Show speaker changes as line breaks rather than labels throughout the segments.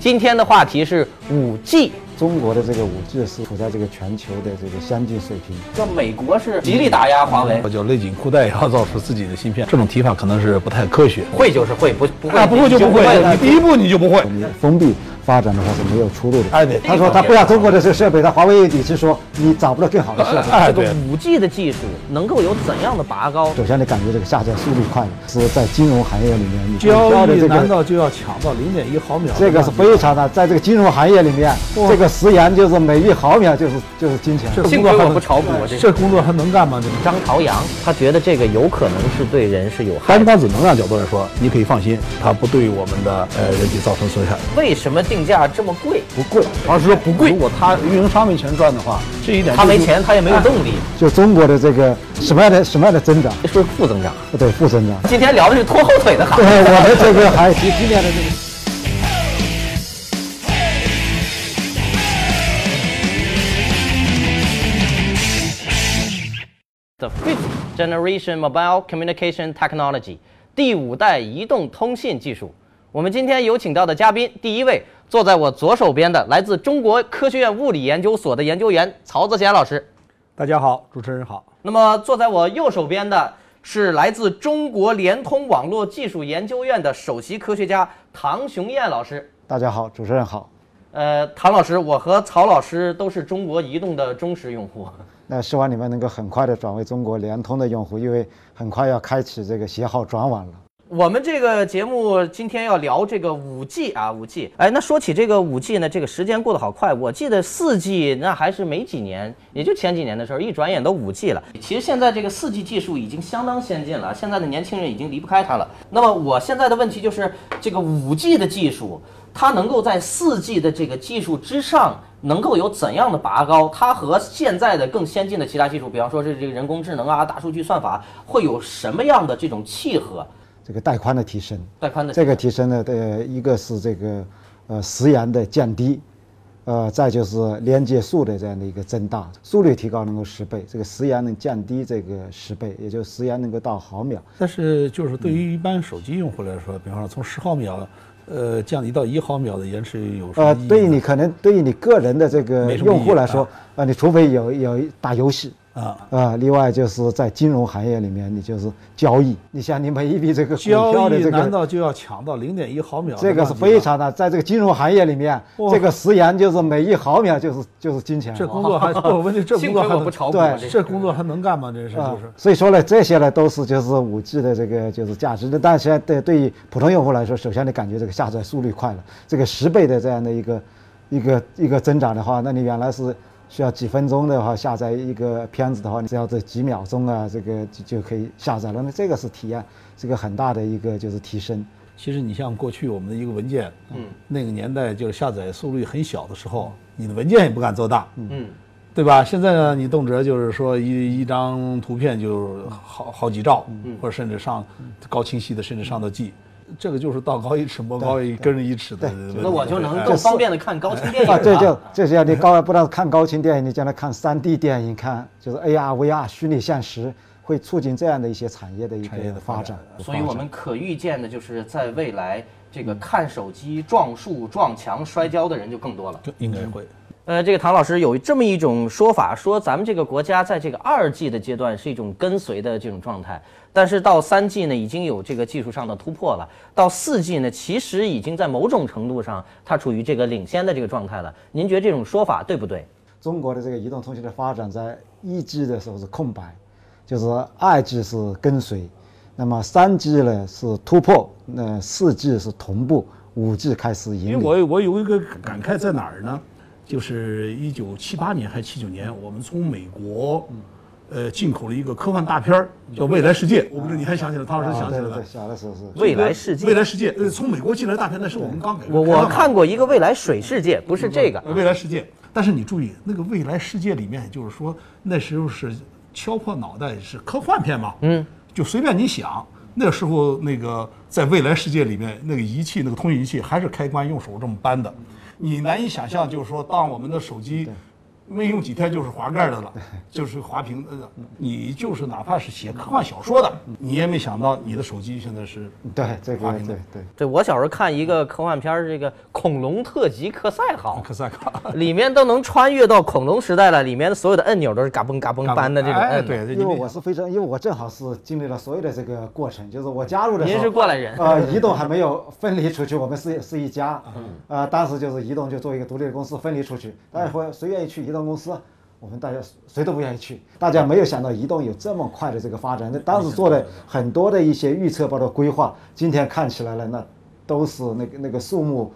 今天的话题是五 G。
中国的这个五 G 是处在这个全球的这个先进水平。
这美国是极力打压华为，
叫勒紧裤带也要造出自己的芯片，这种提法可能是不太科学。
会就是会，不不会、
啊，不会就不会，你第一步你就不会。
你封闭发展的话是没有出路的。
哎对
他说他不要中国的这个设备，他华为也是说你找不到更好的设备。
哎
这
对
个，五 G 的技术能够有怎样的拔高？
首先，你感觉这个下降速度快，是在金融行业里面，你
交
的
易
这
难
个
道就要抢到零点一毫秒？
这个是非常的，在这个金融行业里面，这个时延就是每一毫秒就是就是金钱。
这
幸亏
工作
我
还能
不炒股，我这
这工作还能干吗？这
张朝阳他觉得这个有可能是对人是有害
单
的。
单只能量角度来说，你可以放心，它不对我们的呃人体造成损害。
为什么定价这么贵？
不贵，而是说不贵。如果他运营商没钱赚的话，这一点
他没
就是
钱，他也没有动力，
就中国的这个什么样的什么样的增长，
这啊是不是负增长？
对负增 长。
今天聊的是拖后腿的行
对
业。
我们这个还今今年的这个。
The fifth generation mobile communication technology，第五代移动通信技术。我们今天有请到的嘉宾，第一位坐在我左手边的，来自中国科学院物理研究所的研究员曹泽贤老师。
大家好，主持人好。
那么坐在我右手边的是来自中国联通网络技术研究院的首席科学家唐雄燕老师。
大家好，主持人好。
呃，唐老师，我和曹老师都是中国移动的忠实用户。
那希望你们能够很快的转为中国联通的用户，因为很快要开启这个携号转网了。
我们这个节目今天要聊这个五 G 啊，五 G。哎，那说起这个五 G 呢，这个时间过得好快。我记得四 G 那还是没几年，也就前几年的事儿，一转眼都五 G 了。其实现在这个四 G 技术已经相当先进了，现在的年轻人已经离不开它了。那么我现在的问题就是，这个五 G 的技术，它能够在四 G 的这个技术之上。能够有怎样的拔高？它和现在的更先进的其他技术，比方说是这个人工智能啊、大数据算法，会有什么样的这种契合？
这个带宽的提升，
带宽的
这个提升呢，呃，一个是这个呃时延的降低，呃，再就是连接数的这样的一个增大，速率提高能够十倍，这个时延能降低这个十倍，也就时延能够到毫秒。
但是就是对
嗯
于一般手机用户来说，比方说从十毫秒，呃，降低到一毫秒的延迟有什么
呃
意义呢？，
对于你可能对于你个人的这个
没什么
用户来
意
说
义，
呃，你除非有有打游戏，
啊，
啊，另外就是在金融行业里面，你就是交易，你像你每一笔这个股票
交
的
易
这
难
个，
道就要抢到零点一毫秒的
这
量级吗？
个是非常的，在这个金融行业里面，这个时延就是每一毫秒就是就是金钱。
这工 作还我问你这
幸
工
亏
作
我
还能
不炒股，
对
这
这工作还能干吗？这是
啊
就是。
所以说呢，这些呢都是就是五 G 的这个就是价值。那但现在对对于普通用户来说，首先你感觉这个下载速率快了，这个十倍的这样的一个一个一个增长的话，那你原来是需要几分钟的话下载一个片子的话，你只要这几秒钟啊，这个就就可以下载了。那这个是体验，是个很大的一个就是提升。
其实你像过去我们的一个文件，嗯，那个年代就是下载速率很小的时候，你的文件也不敢做大，
嗯，
对吧？现在呢，你动辄就是说一一张图片就好好几兆，或者甚至上高清晰的，甚至上到 G，这个就是道高一尺，魔高一跟人一尺的
对
问题。
那我就能
哎
更方便的看高清电影了。
啊，对，就就是要你高不但看高清电影，你将来看 3D 电影，看就是 AR、VR 虚拟现实，会促进这样的一些产业的一个
产业的发
发
展
展。
所以我们可预见的就是，在未来，这个看手机撞树、撞墙、摔跤的人就更多了。
应该会。
呃，这个唐老师有这么一种说法，说咱们这个国家在这个二 G 的阶段是一种跟随的这种状态，但是到三 G 呢，已经有这个技术上的突破了；到四 G 呢，其实已经在某种程度上，它处于这个领先的这个状态了。您觉得这种说法对不对？
中国的这个移动通信的发展，在一 G 的时候是空白，就是二 G 是跟随，那么三 G 呢是突破，那四 G 是同步，五 G 开始
因为
引领。
我我有一个感慨在哪儿呢？就是一九七八年还是七九年，我们从美国，呃，进口了一个科幻大片儿叫《未来世界》，我不知道你还想起来，唐老师
啊
想
对
起来
对
了
对，。小的时候是。
未来世界
未来世界，呃，从美国进来的大片，那是我们刚改革
我
开
我
放的
看过一个未来水世界，不是这个。啊
呃未来世界。但是你注意，那个未来世界里面，就是说那时候是敲破脑袋是科幻片嘛，嗯，就随便你想。那时候那个在未来世界里面，那个仪器那个通讯仪器还是开关用手这么扳的，你难以想象，就是说当我们的手机。
没用几天就是滑盖的了，就是滑屏
呃
的了。你就是哪怕是写科幻小说的，你也没想到你的手机现在是
对这个
滑屏
对
的。
对
对我小时候看一个科幻片儿，这个《恐龙特级科赛号》，
哦
可赛卡，
里面都能穿越到恐龙时代了，里面的所有的按钮都是嘎嘣嘎嘣搬的这种
哎，
按钮。
对，这
因为
你
我是非常，因为我正好是经历了所有的这个过程，就是我加入的时
您
候，
是过来人
呃，移动还没有分离出去，我们是是一家，
嗯
呃，当时就是移动就做一个独立的公司分离出去，大家会谁愿意去移动公司？我们大家谁都不愿意去，大家没有想到移动有这么快的这个发展，那当时做了很多的一些预测，包括规划，今天看起来了，那都是那个那个数目。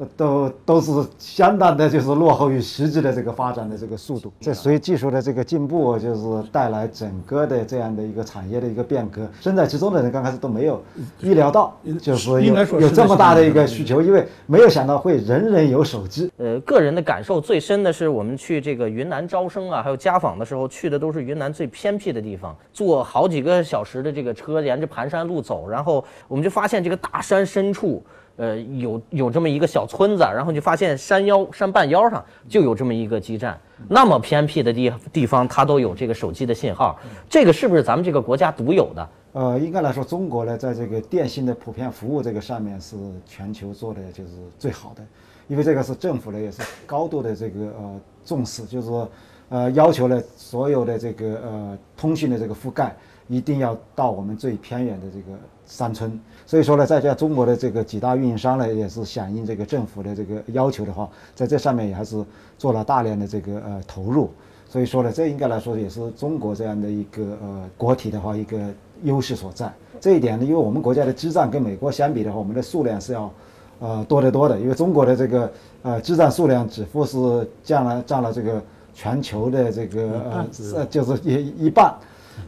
呃都都是相当的，就是落后于实际的这个发展的这个速度。
啊
这随技术的这个进步，就是带来整个的这样的一个产业的一个变革。身在其中的人刚开始都没有预料到，就是有
应该说
有
是
这么大的一个
是
需求，因为没有想到会人人有手机。
呃，个人的感受最深的是，我们去这个云南招生啊，还有家访的时候，去的都是云南最偏僻的地方，坐好几个小时的这个车，沿着盘山路走，然后我们就发现这个大山深处，呃，有有这么一个小村子，啊然后就发现山腰、山半腰上就有这么一个基站。那么偏僻的地地方，它都有这个手机的信号，
嗯
这个是不是咱们这个国家独有的？
呃，应该来说，中国呢，在这个电信的普遍服务这个上面是全球做的就是最好的，因为这个是政府呢也是高度的这个呃重视，就是说呃要求了所有的这个呃通讯的这个覆盖一定要到我们最偏远的这个山村，所以说呢，在在中国的这个几大运营商呢，也是响应这个政府的这个要求的话，在这上面也还是做了大量的这个呃投入。所以说呢，这应该来说也是中国这样的一个呃国体的话一个优势所在。这一点呢，因为我们国家的基站跟美国相比的话，我们的数量是要呃多得多的。因为中国的这个呃基站数量只不过是占了占了这个全球的这个呃呃就是一一半。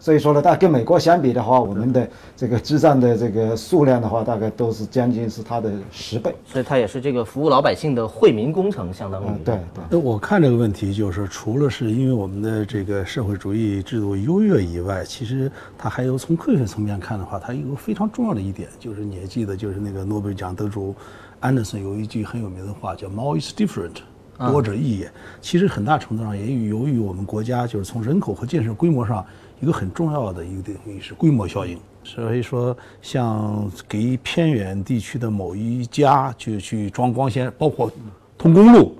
所以说呢，但跟美国相比的话，我们的这个基站的这个数量的话，大概都是将近是它的十倍。
所以它也是这个服务老百姓的惠民工程，相当于
嗯，对对。
那呃我看这个问题，就是除了是因为我们的这个社会主义制度优越以外，其实它还有从科学层面看的话，它有个非常重要的一点，就是你还记得，就是那个诺贝尔奖得主安德森有一句很有名的话，叫 “more is different”。多者异也，其实很大程度上也由于我们国家就是从人口和建设规模上一个很重要的一个东西是规模效应。所以说，像给偏远地区的某一家就去装光纤，包括通公路，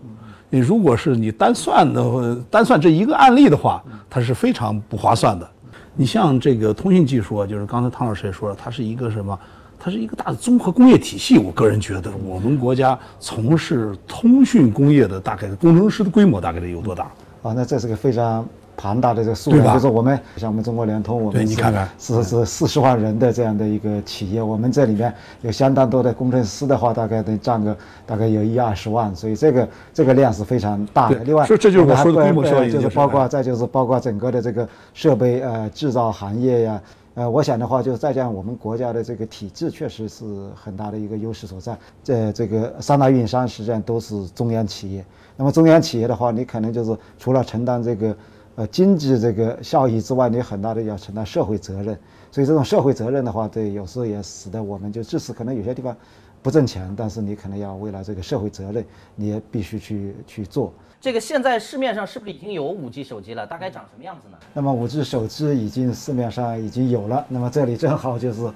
你如果是你单算的话，单算这一个案例的话，它是非常不划算的。你像这个通信技术啊，就是刚才汤老师也说了，它是一个什么？它是一个大的综合工业体系。我个人觉得，我们国家从事通讯工业的大概工程师的规模大概得有多大？
啊，那这是个非常庞大的这个数
对吧
量，就是我们像我们中国联通，我们
对
是
你看看
是是四十万人的这样的一个企业，我们这里面有相当多的工程师的话，大概得占个大概有一二十万，所以这个这个量是非常大的。
对
另外，
这这就是我
还
说的
不
规模
呃
效应
就
就是是
包
哎
括再就是包括整个的这个设备呃制造行业呀。呃，我想的话，就是再加上我们国家的这个体制，确实是很大的一个优势所在。这这个三大运营商实际上都是中央企业，那么中央企业的话，你可能就是除了承担这个呃经济这个效益之外，你很大的要承担社会责任。所以这种社会责任的话，对有时候也使得我们就致使可能有些地方不挣钱，但是你可能要为了这个社会责任，你也必须去去做。
这个现在市面上是不是已经有五 G 手机了？大概长什么样子呢？
那么五 G 手机已经市面上已经有了，那么这里正好就是，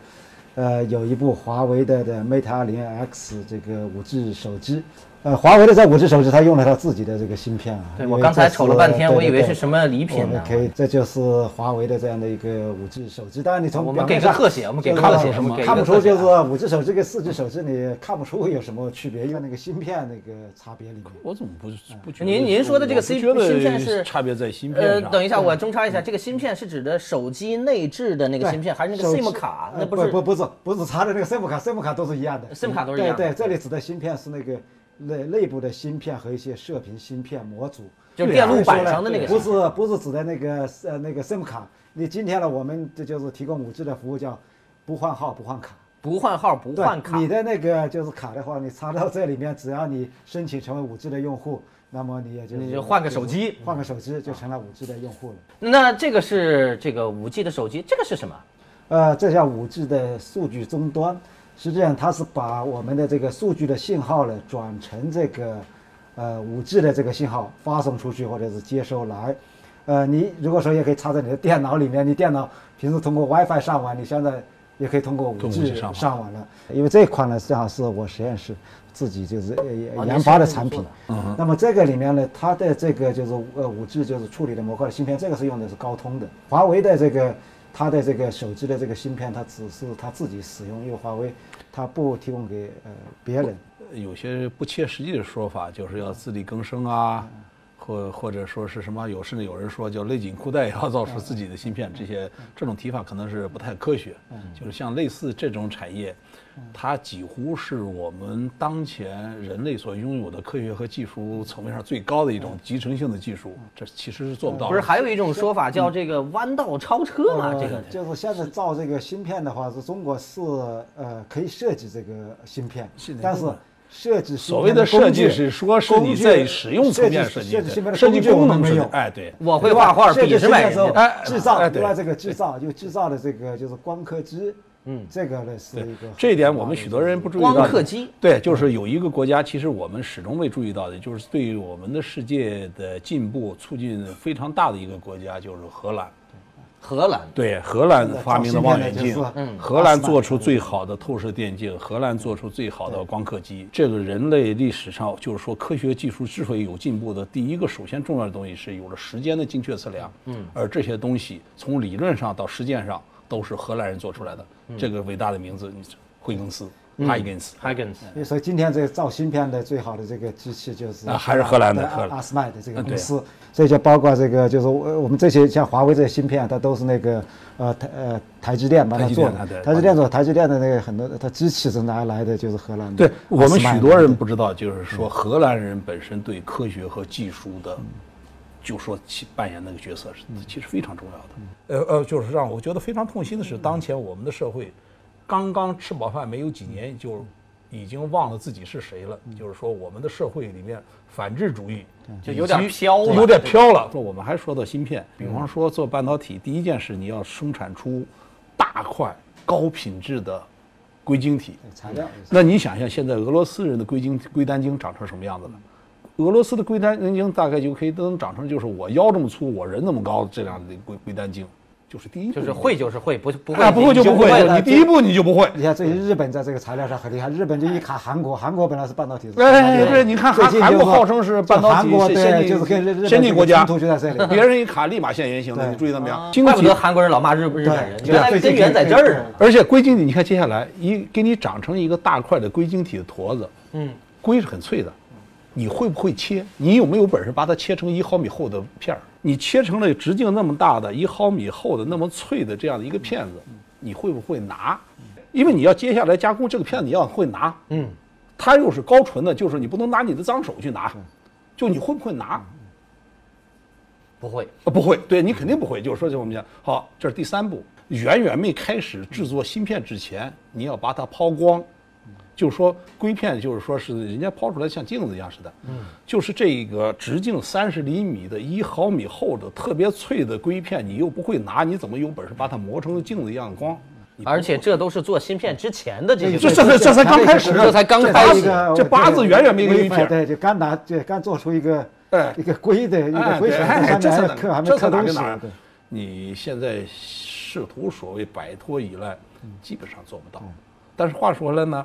呃，有一部华为的的 Mate 2 0 X 这个五 G 手机，呃，华为的这五 G 手机它用了它自己的这个芯片啊。
对
因
我
为
刚才
这是
瞅了半天，
对
我以为
对
是什么礼品呢
我们。可以，这就是华为的这样的一个五 G 手机。当然，你从
我们
表
给
面
个
上
特写，我们给
就
个
是
特写，
说
我们给
看
个
不
特
出
写
就
啊。
是五 G 手机跟四 G 手机你看不出有什么区别，因为那个芯片那个差别里面。
我怎么不不
得
觉
您您说的这个我不 C- 觉得芯片是差
差别在芯
呃
片，上？
等一下，我中插一下，这个芯片是指的手机内置的那个
对
芯片，还是那个
手机
SIM 卡？
呃
那不
不
是
不不是不是插的那个 SIM 卡，SIM 卡都是一样的
SIM 卡都是一样的
对对，这里指的芯片是那个内内部的芯片和一些射频芯片模组，啊
就是电路板上的那个
不
芯片。
是不是指的那个呃那个 SIM 卡。你今天呢，我们这就是提供五 G 的服务，叫不换号不换卡。
不换号不
对
换卡
你。的那个就是卡的话，你插到这里面，只要你申请成为五 G 的用户，那么你也就
你就换个手机
就是换个手机就成了五 G 的用户了。
那这个是这个五 G 的手机，这个是什么？
呃，这叫五 G 的数据终端，实际上它是把我们的这个数据的信号呢转成这个呃五 G 的这个信号发送出去或者是接收来。呃，你如果说也可以插在你的电脑里面，你电脑平时通过 WiFi 上网，你现在也可以通过五
通过
G
上网
上网了。因为这一款呢，正好是我实验室自己就是呃
哦
研发的产
你是自己做
品
的。
那么这个里面呢，它的这个就是呃五 G 就是处理的模块的芯片，这个是用的是高通的。华为的这个它的这个手机的这个芯片，它只是它自己使用，因为华为它不提供给呃别人。
有些不切实际的说法，就是要自力更生啊，或或者说是什么有，甚至有人说叫勒紧裤带也要造出自己的芯片，这些这种提法可能是不太科学。就是像类似这种产业，它几乎是我们当前人类所拥有的科学和技术层面上最高的一种集成性的技术，这其实是做不到
不
的。
是还有一种说法叫这个弯道超车吗？
呃
这个
就是现在造这个芯片的话，是中国是呃可以设计这个芯片
是的，
但是
根本
设计芯
所谓
片
的
工
设计
具
是说是你
工具
在使用层面
设
设
计
计
设
的
计芯片，的
设计
工具我
功
们
能
没
设计
有，
哎对，
我会画画，
设计
笔是
芯
卖
片
人
之后
家的。
哎
制造，
哎
另外
对
这个制造就制造的这个就是光刻机，嗯，这个呢是一个
这一点我们许多人不注意到的。
光刻机
对，就是有一个国家，其实我们始终未注意到的，就是对于我们的世界的进步促进非常大的一个国家，就是荷兰。
荷兰
对，荷兰发明的望远镜
现在就是，
荷兰做出最好的透射电镜，荷兰做出最好的光刻机。这个人类历史上，就是说科学技术智慧有进步的第一个首先重要的东西是有了时间的精确测量。嗯，而这些东西从理论上到实践上都是荷兰人做出来的。这个伟大的名字，你惠更斯 h i g i n s
Higgins
所以今天这个造芯片的最好的这个机器就是
啊还是荷兰的荷兰
阿阿斯麦的这个
嗯对
公司，所以就包括这个就是我我们这些像华为这些芯片啊，它都是那个呃台呃台积电帮它
台积
做
电
的
啊，对
台积电做台积电的那个很多它机器是拿来的就是荷兰的
对
阿斯麦
我
的，
们许多人不知道，就是说荷兰人本身对科学和技术的，就说起扮演那个角色是其实非常重要的。嗯嗯呃呃，就是让我觉得非常痛心的是，当前我们的社会，刚刚吃饱饭没有几年就。已经忘了自己是谁了，就是说我们的社会里面反智主义
就有点飘了
有点飘了。说我们还说到芯片，比方说做半导体，第一件事你要生产出大块高品质的硅晶体，
对材料也是。
那你想想，现在俄罗斯人的硅晶硅单晶长成什么样子了？俄罗斯的硅单晶大概就可以都能长成就是我腰这么粗，我人那么高这样的硅硅单晶，就是第一步
就是会就是会，不不
啊
会
不会就不
了
会，你第一步你就不会。
你看最近日本在这个材料上很厉害，日本就一卡韩国，韩国本来是半导体，
哎，不是，你看韩
最近
韩
就是
国号称是半导
韩
体
国
是先
对，就是跟日日
进
本
先进国家，
这个冲突就在 这里。
别人一卡立马现原形了，
对啊
你注意到没有？晶
怪不
体
得韩国人老骂日日本人，
对
原来
对
根源在这
对
儿
对
呢。
而且硅晶体，你看接下来一给你长成一个大块的硅晶体的坨子，
嗯，
硅是很脆的，你会不会切？你有没有本事把它切成一毫米厚的片儿？你切成了直径那么大的一毫米厚的那么脆的这样的一个片子，你会不会拿？因为你要接下来加工这个片子，你要会拿，嗯，它又是高纯的，就是你不能拿你的脏手去拿，就你会不会拿？
不会，
啊，不会，对你肯定不会。就是说，就我们讲，好，这是第三步，远远没开始制作芯片之前，你要把它抛光。就是说，硅片就是说是人家抛出来像镜子一样似的，嗯，就是这个直径三十厘米的一毫米厚的特别脆的硅片，你又不会拿，你怎么有本事把它磨成镜子一样的光？你
而且这都是做芯
嗯
片之前的这些
这
东西，
这这这才刚开始，
这才刚
这
开始
一个
这八字远远没给一撇儿。
对，就刚拿，就刚做出一个
哎
一个硅的一个
哎，
硅
对，
粉，
哎
上
这
面还
才
有
哪
刻还没
这
刻
才哪
东
跟
西
哪儿
对。
你现在试图所谓摆脱依赖，
嗯
基本上做不到。但是话说回来呢，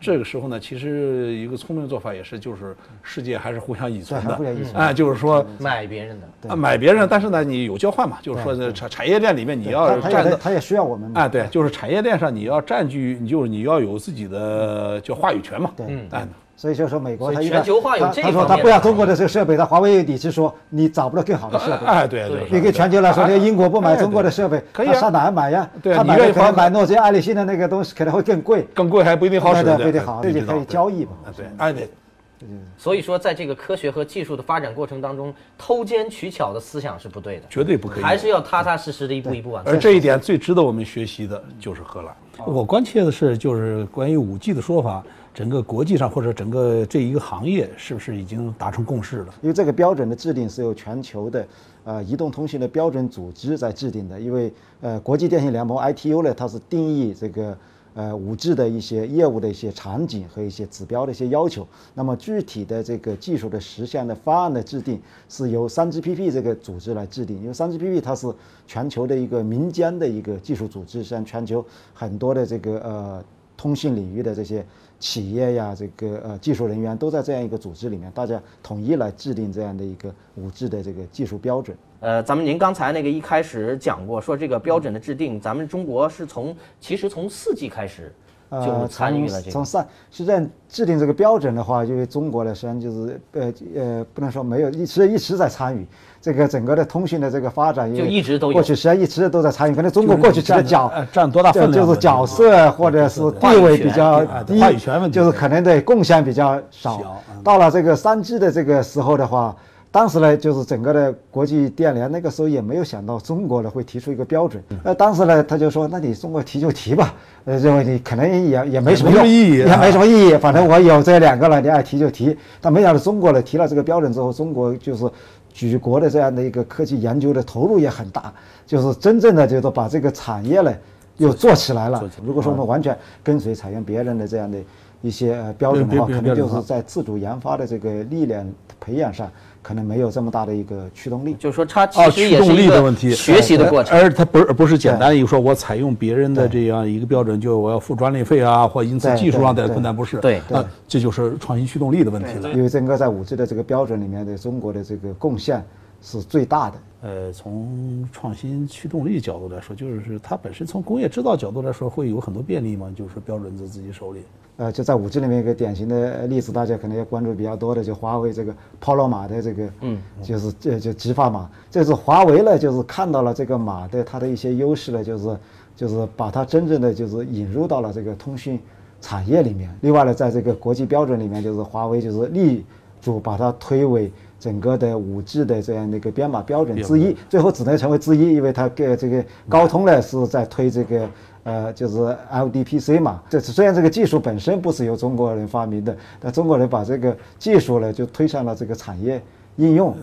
这个时候呢，其实一个聪明做法也是，就是世界还是互相依存
对还互相依
的，
存
哎，就是说。
买别人的。
啊，买别人，但是呢，你有交换嘛？就是说，产产业链里面你要
他他
站
也
的
他也需要我们嘛
啊，对，就是产业链上你要占据，你就是你要有自己的叫话语权嘛。
对
嗯，哎，
所以就说美国
所以
他一
全球化有这
他他
方
说他
面
不要
的
中国的这个设备，他华为有底气说你找不到更好的设备。
哎，对，
对
就是
你给全球来说，这个英国不买中国的设备，
啊哎可以啊
他上哪儿买呀？
对啊
他
你
买
愿
的
意
可能
花
买诺基亚、爱立信的那个东西可能会更贵，
更贵还不一定好使，
对对不一定好
对
这就可以
对
交易嘛
啊，对，哎，对，
所以说，在这个科学和技术的发展过程当中，偷奸取巧的思想是不对的，
绝对不可以。
还是要踏踏实实的一步一步往前
而。这一点最值得我们学习的就是荷兰。我关切的是，就是关于五 G 的说法，整个国际上或者整个这一个行业是不是已经达成共识了？
因为这个标准的制定是由全球的呃移动通信的标准组织在制定的，因为呃国际电信联盟 ITU 呢，它是定义这个呃五 G 的一些业务的一些场景和一些指标的一些要求。那么具体的这个技术的实现的方案的制定是由 3GPP 这个组织来制定，因为 3GPP 它是全球的一个民间的一个技术组织，像全球很多的这个呃。通信领域的这些企业呀，这个呃技术人员都在这样一个组织里面，大家统一来制定这样的一个五 G 的这个技术标准。
呃，咱们您刚才那个一开始讲过，说这个标准的制定，咱们中国是从其实从四 G 开始就
呃，
参与
从
了这个
从上实际上制定这个标准的话，因为中国呢，实际上就是呃呃，不能说没有，一直一直在参与这个整个的通讯的这个发展，
就一直都有
过去实际上一直都在参与，可能中国过去这个
占
角
呃占多大分量
就
的
是角色或者是地位比较
话语权啊
低，
话语权问题
就是可能对贡献比较少
小嗯。
到了这个三 G 的这个时候的话。当时呢，就是整个的国际电联那个时候也没有想到中国呢会提出一个标准。
嗯
那当时呢，他就说：“那你中国提就提吧，呃，认为你可能也也没什么
也没什么
用，
意义
也
啊
没什么意义。反正我有这两个了，你爱提就提。但没想到中国呢提了这个标准之后，中国就是举国的这样的一个科技研究的投入也很大，就是真正的就是把这个产业呢又做起来了
做起。来
如果说我们完全跟随采用别人的这样的一些呃标准的话，
别别
可
别
能就
标准
是
化
在自主研发的这个力量培养上，可能没有这么大的一个驱动力。
就是说它其
啊，
实
驱
也是
动
一
力的
个
问题，哎
学习的过程。
而它不是不是简单一个说我采用别人的这样一个标准，就我要付专利费啊，或因此
对
技术上
对
带来
对
困难，不是？
对
啊，这就是创新驱动力的问题了。
因为整个在五 G 的这个标准里面的中国的这个贡献是最大的。
呃，从创新驱动力角度来说，就是它本身从工业制造角度来说，会有很多便利嘛，就是标准在自己手里。
呃，就在五 G 里面一个典型的呃例子，大家可能要关注比较多的，就华为这个 Polo 马的这个，嗯，就是这就直发马，这是华为呢，就是看到了这个马的它的一些优势呢，就是就是把它真正的就是引入到了这个通讯产业里面。另外呢，在这个国际标准里面，就是华为就是力主把它推为整个的五 G 的这样的一个编码标准之一，最后只能成为之一，因为它给这个高通呢是在推这个呃就是 LDPC 嘛，这虽然这个技术本身不是由中国人发明的，但中国人把这个技术呢就推向了这个产业应用。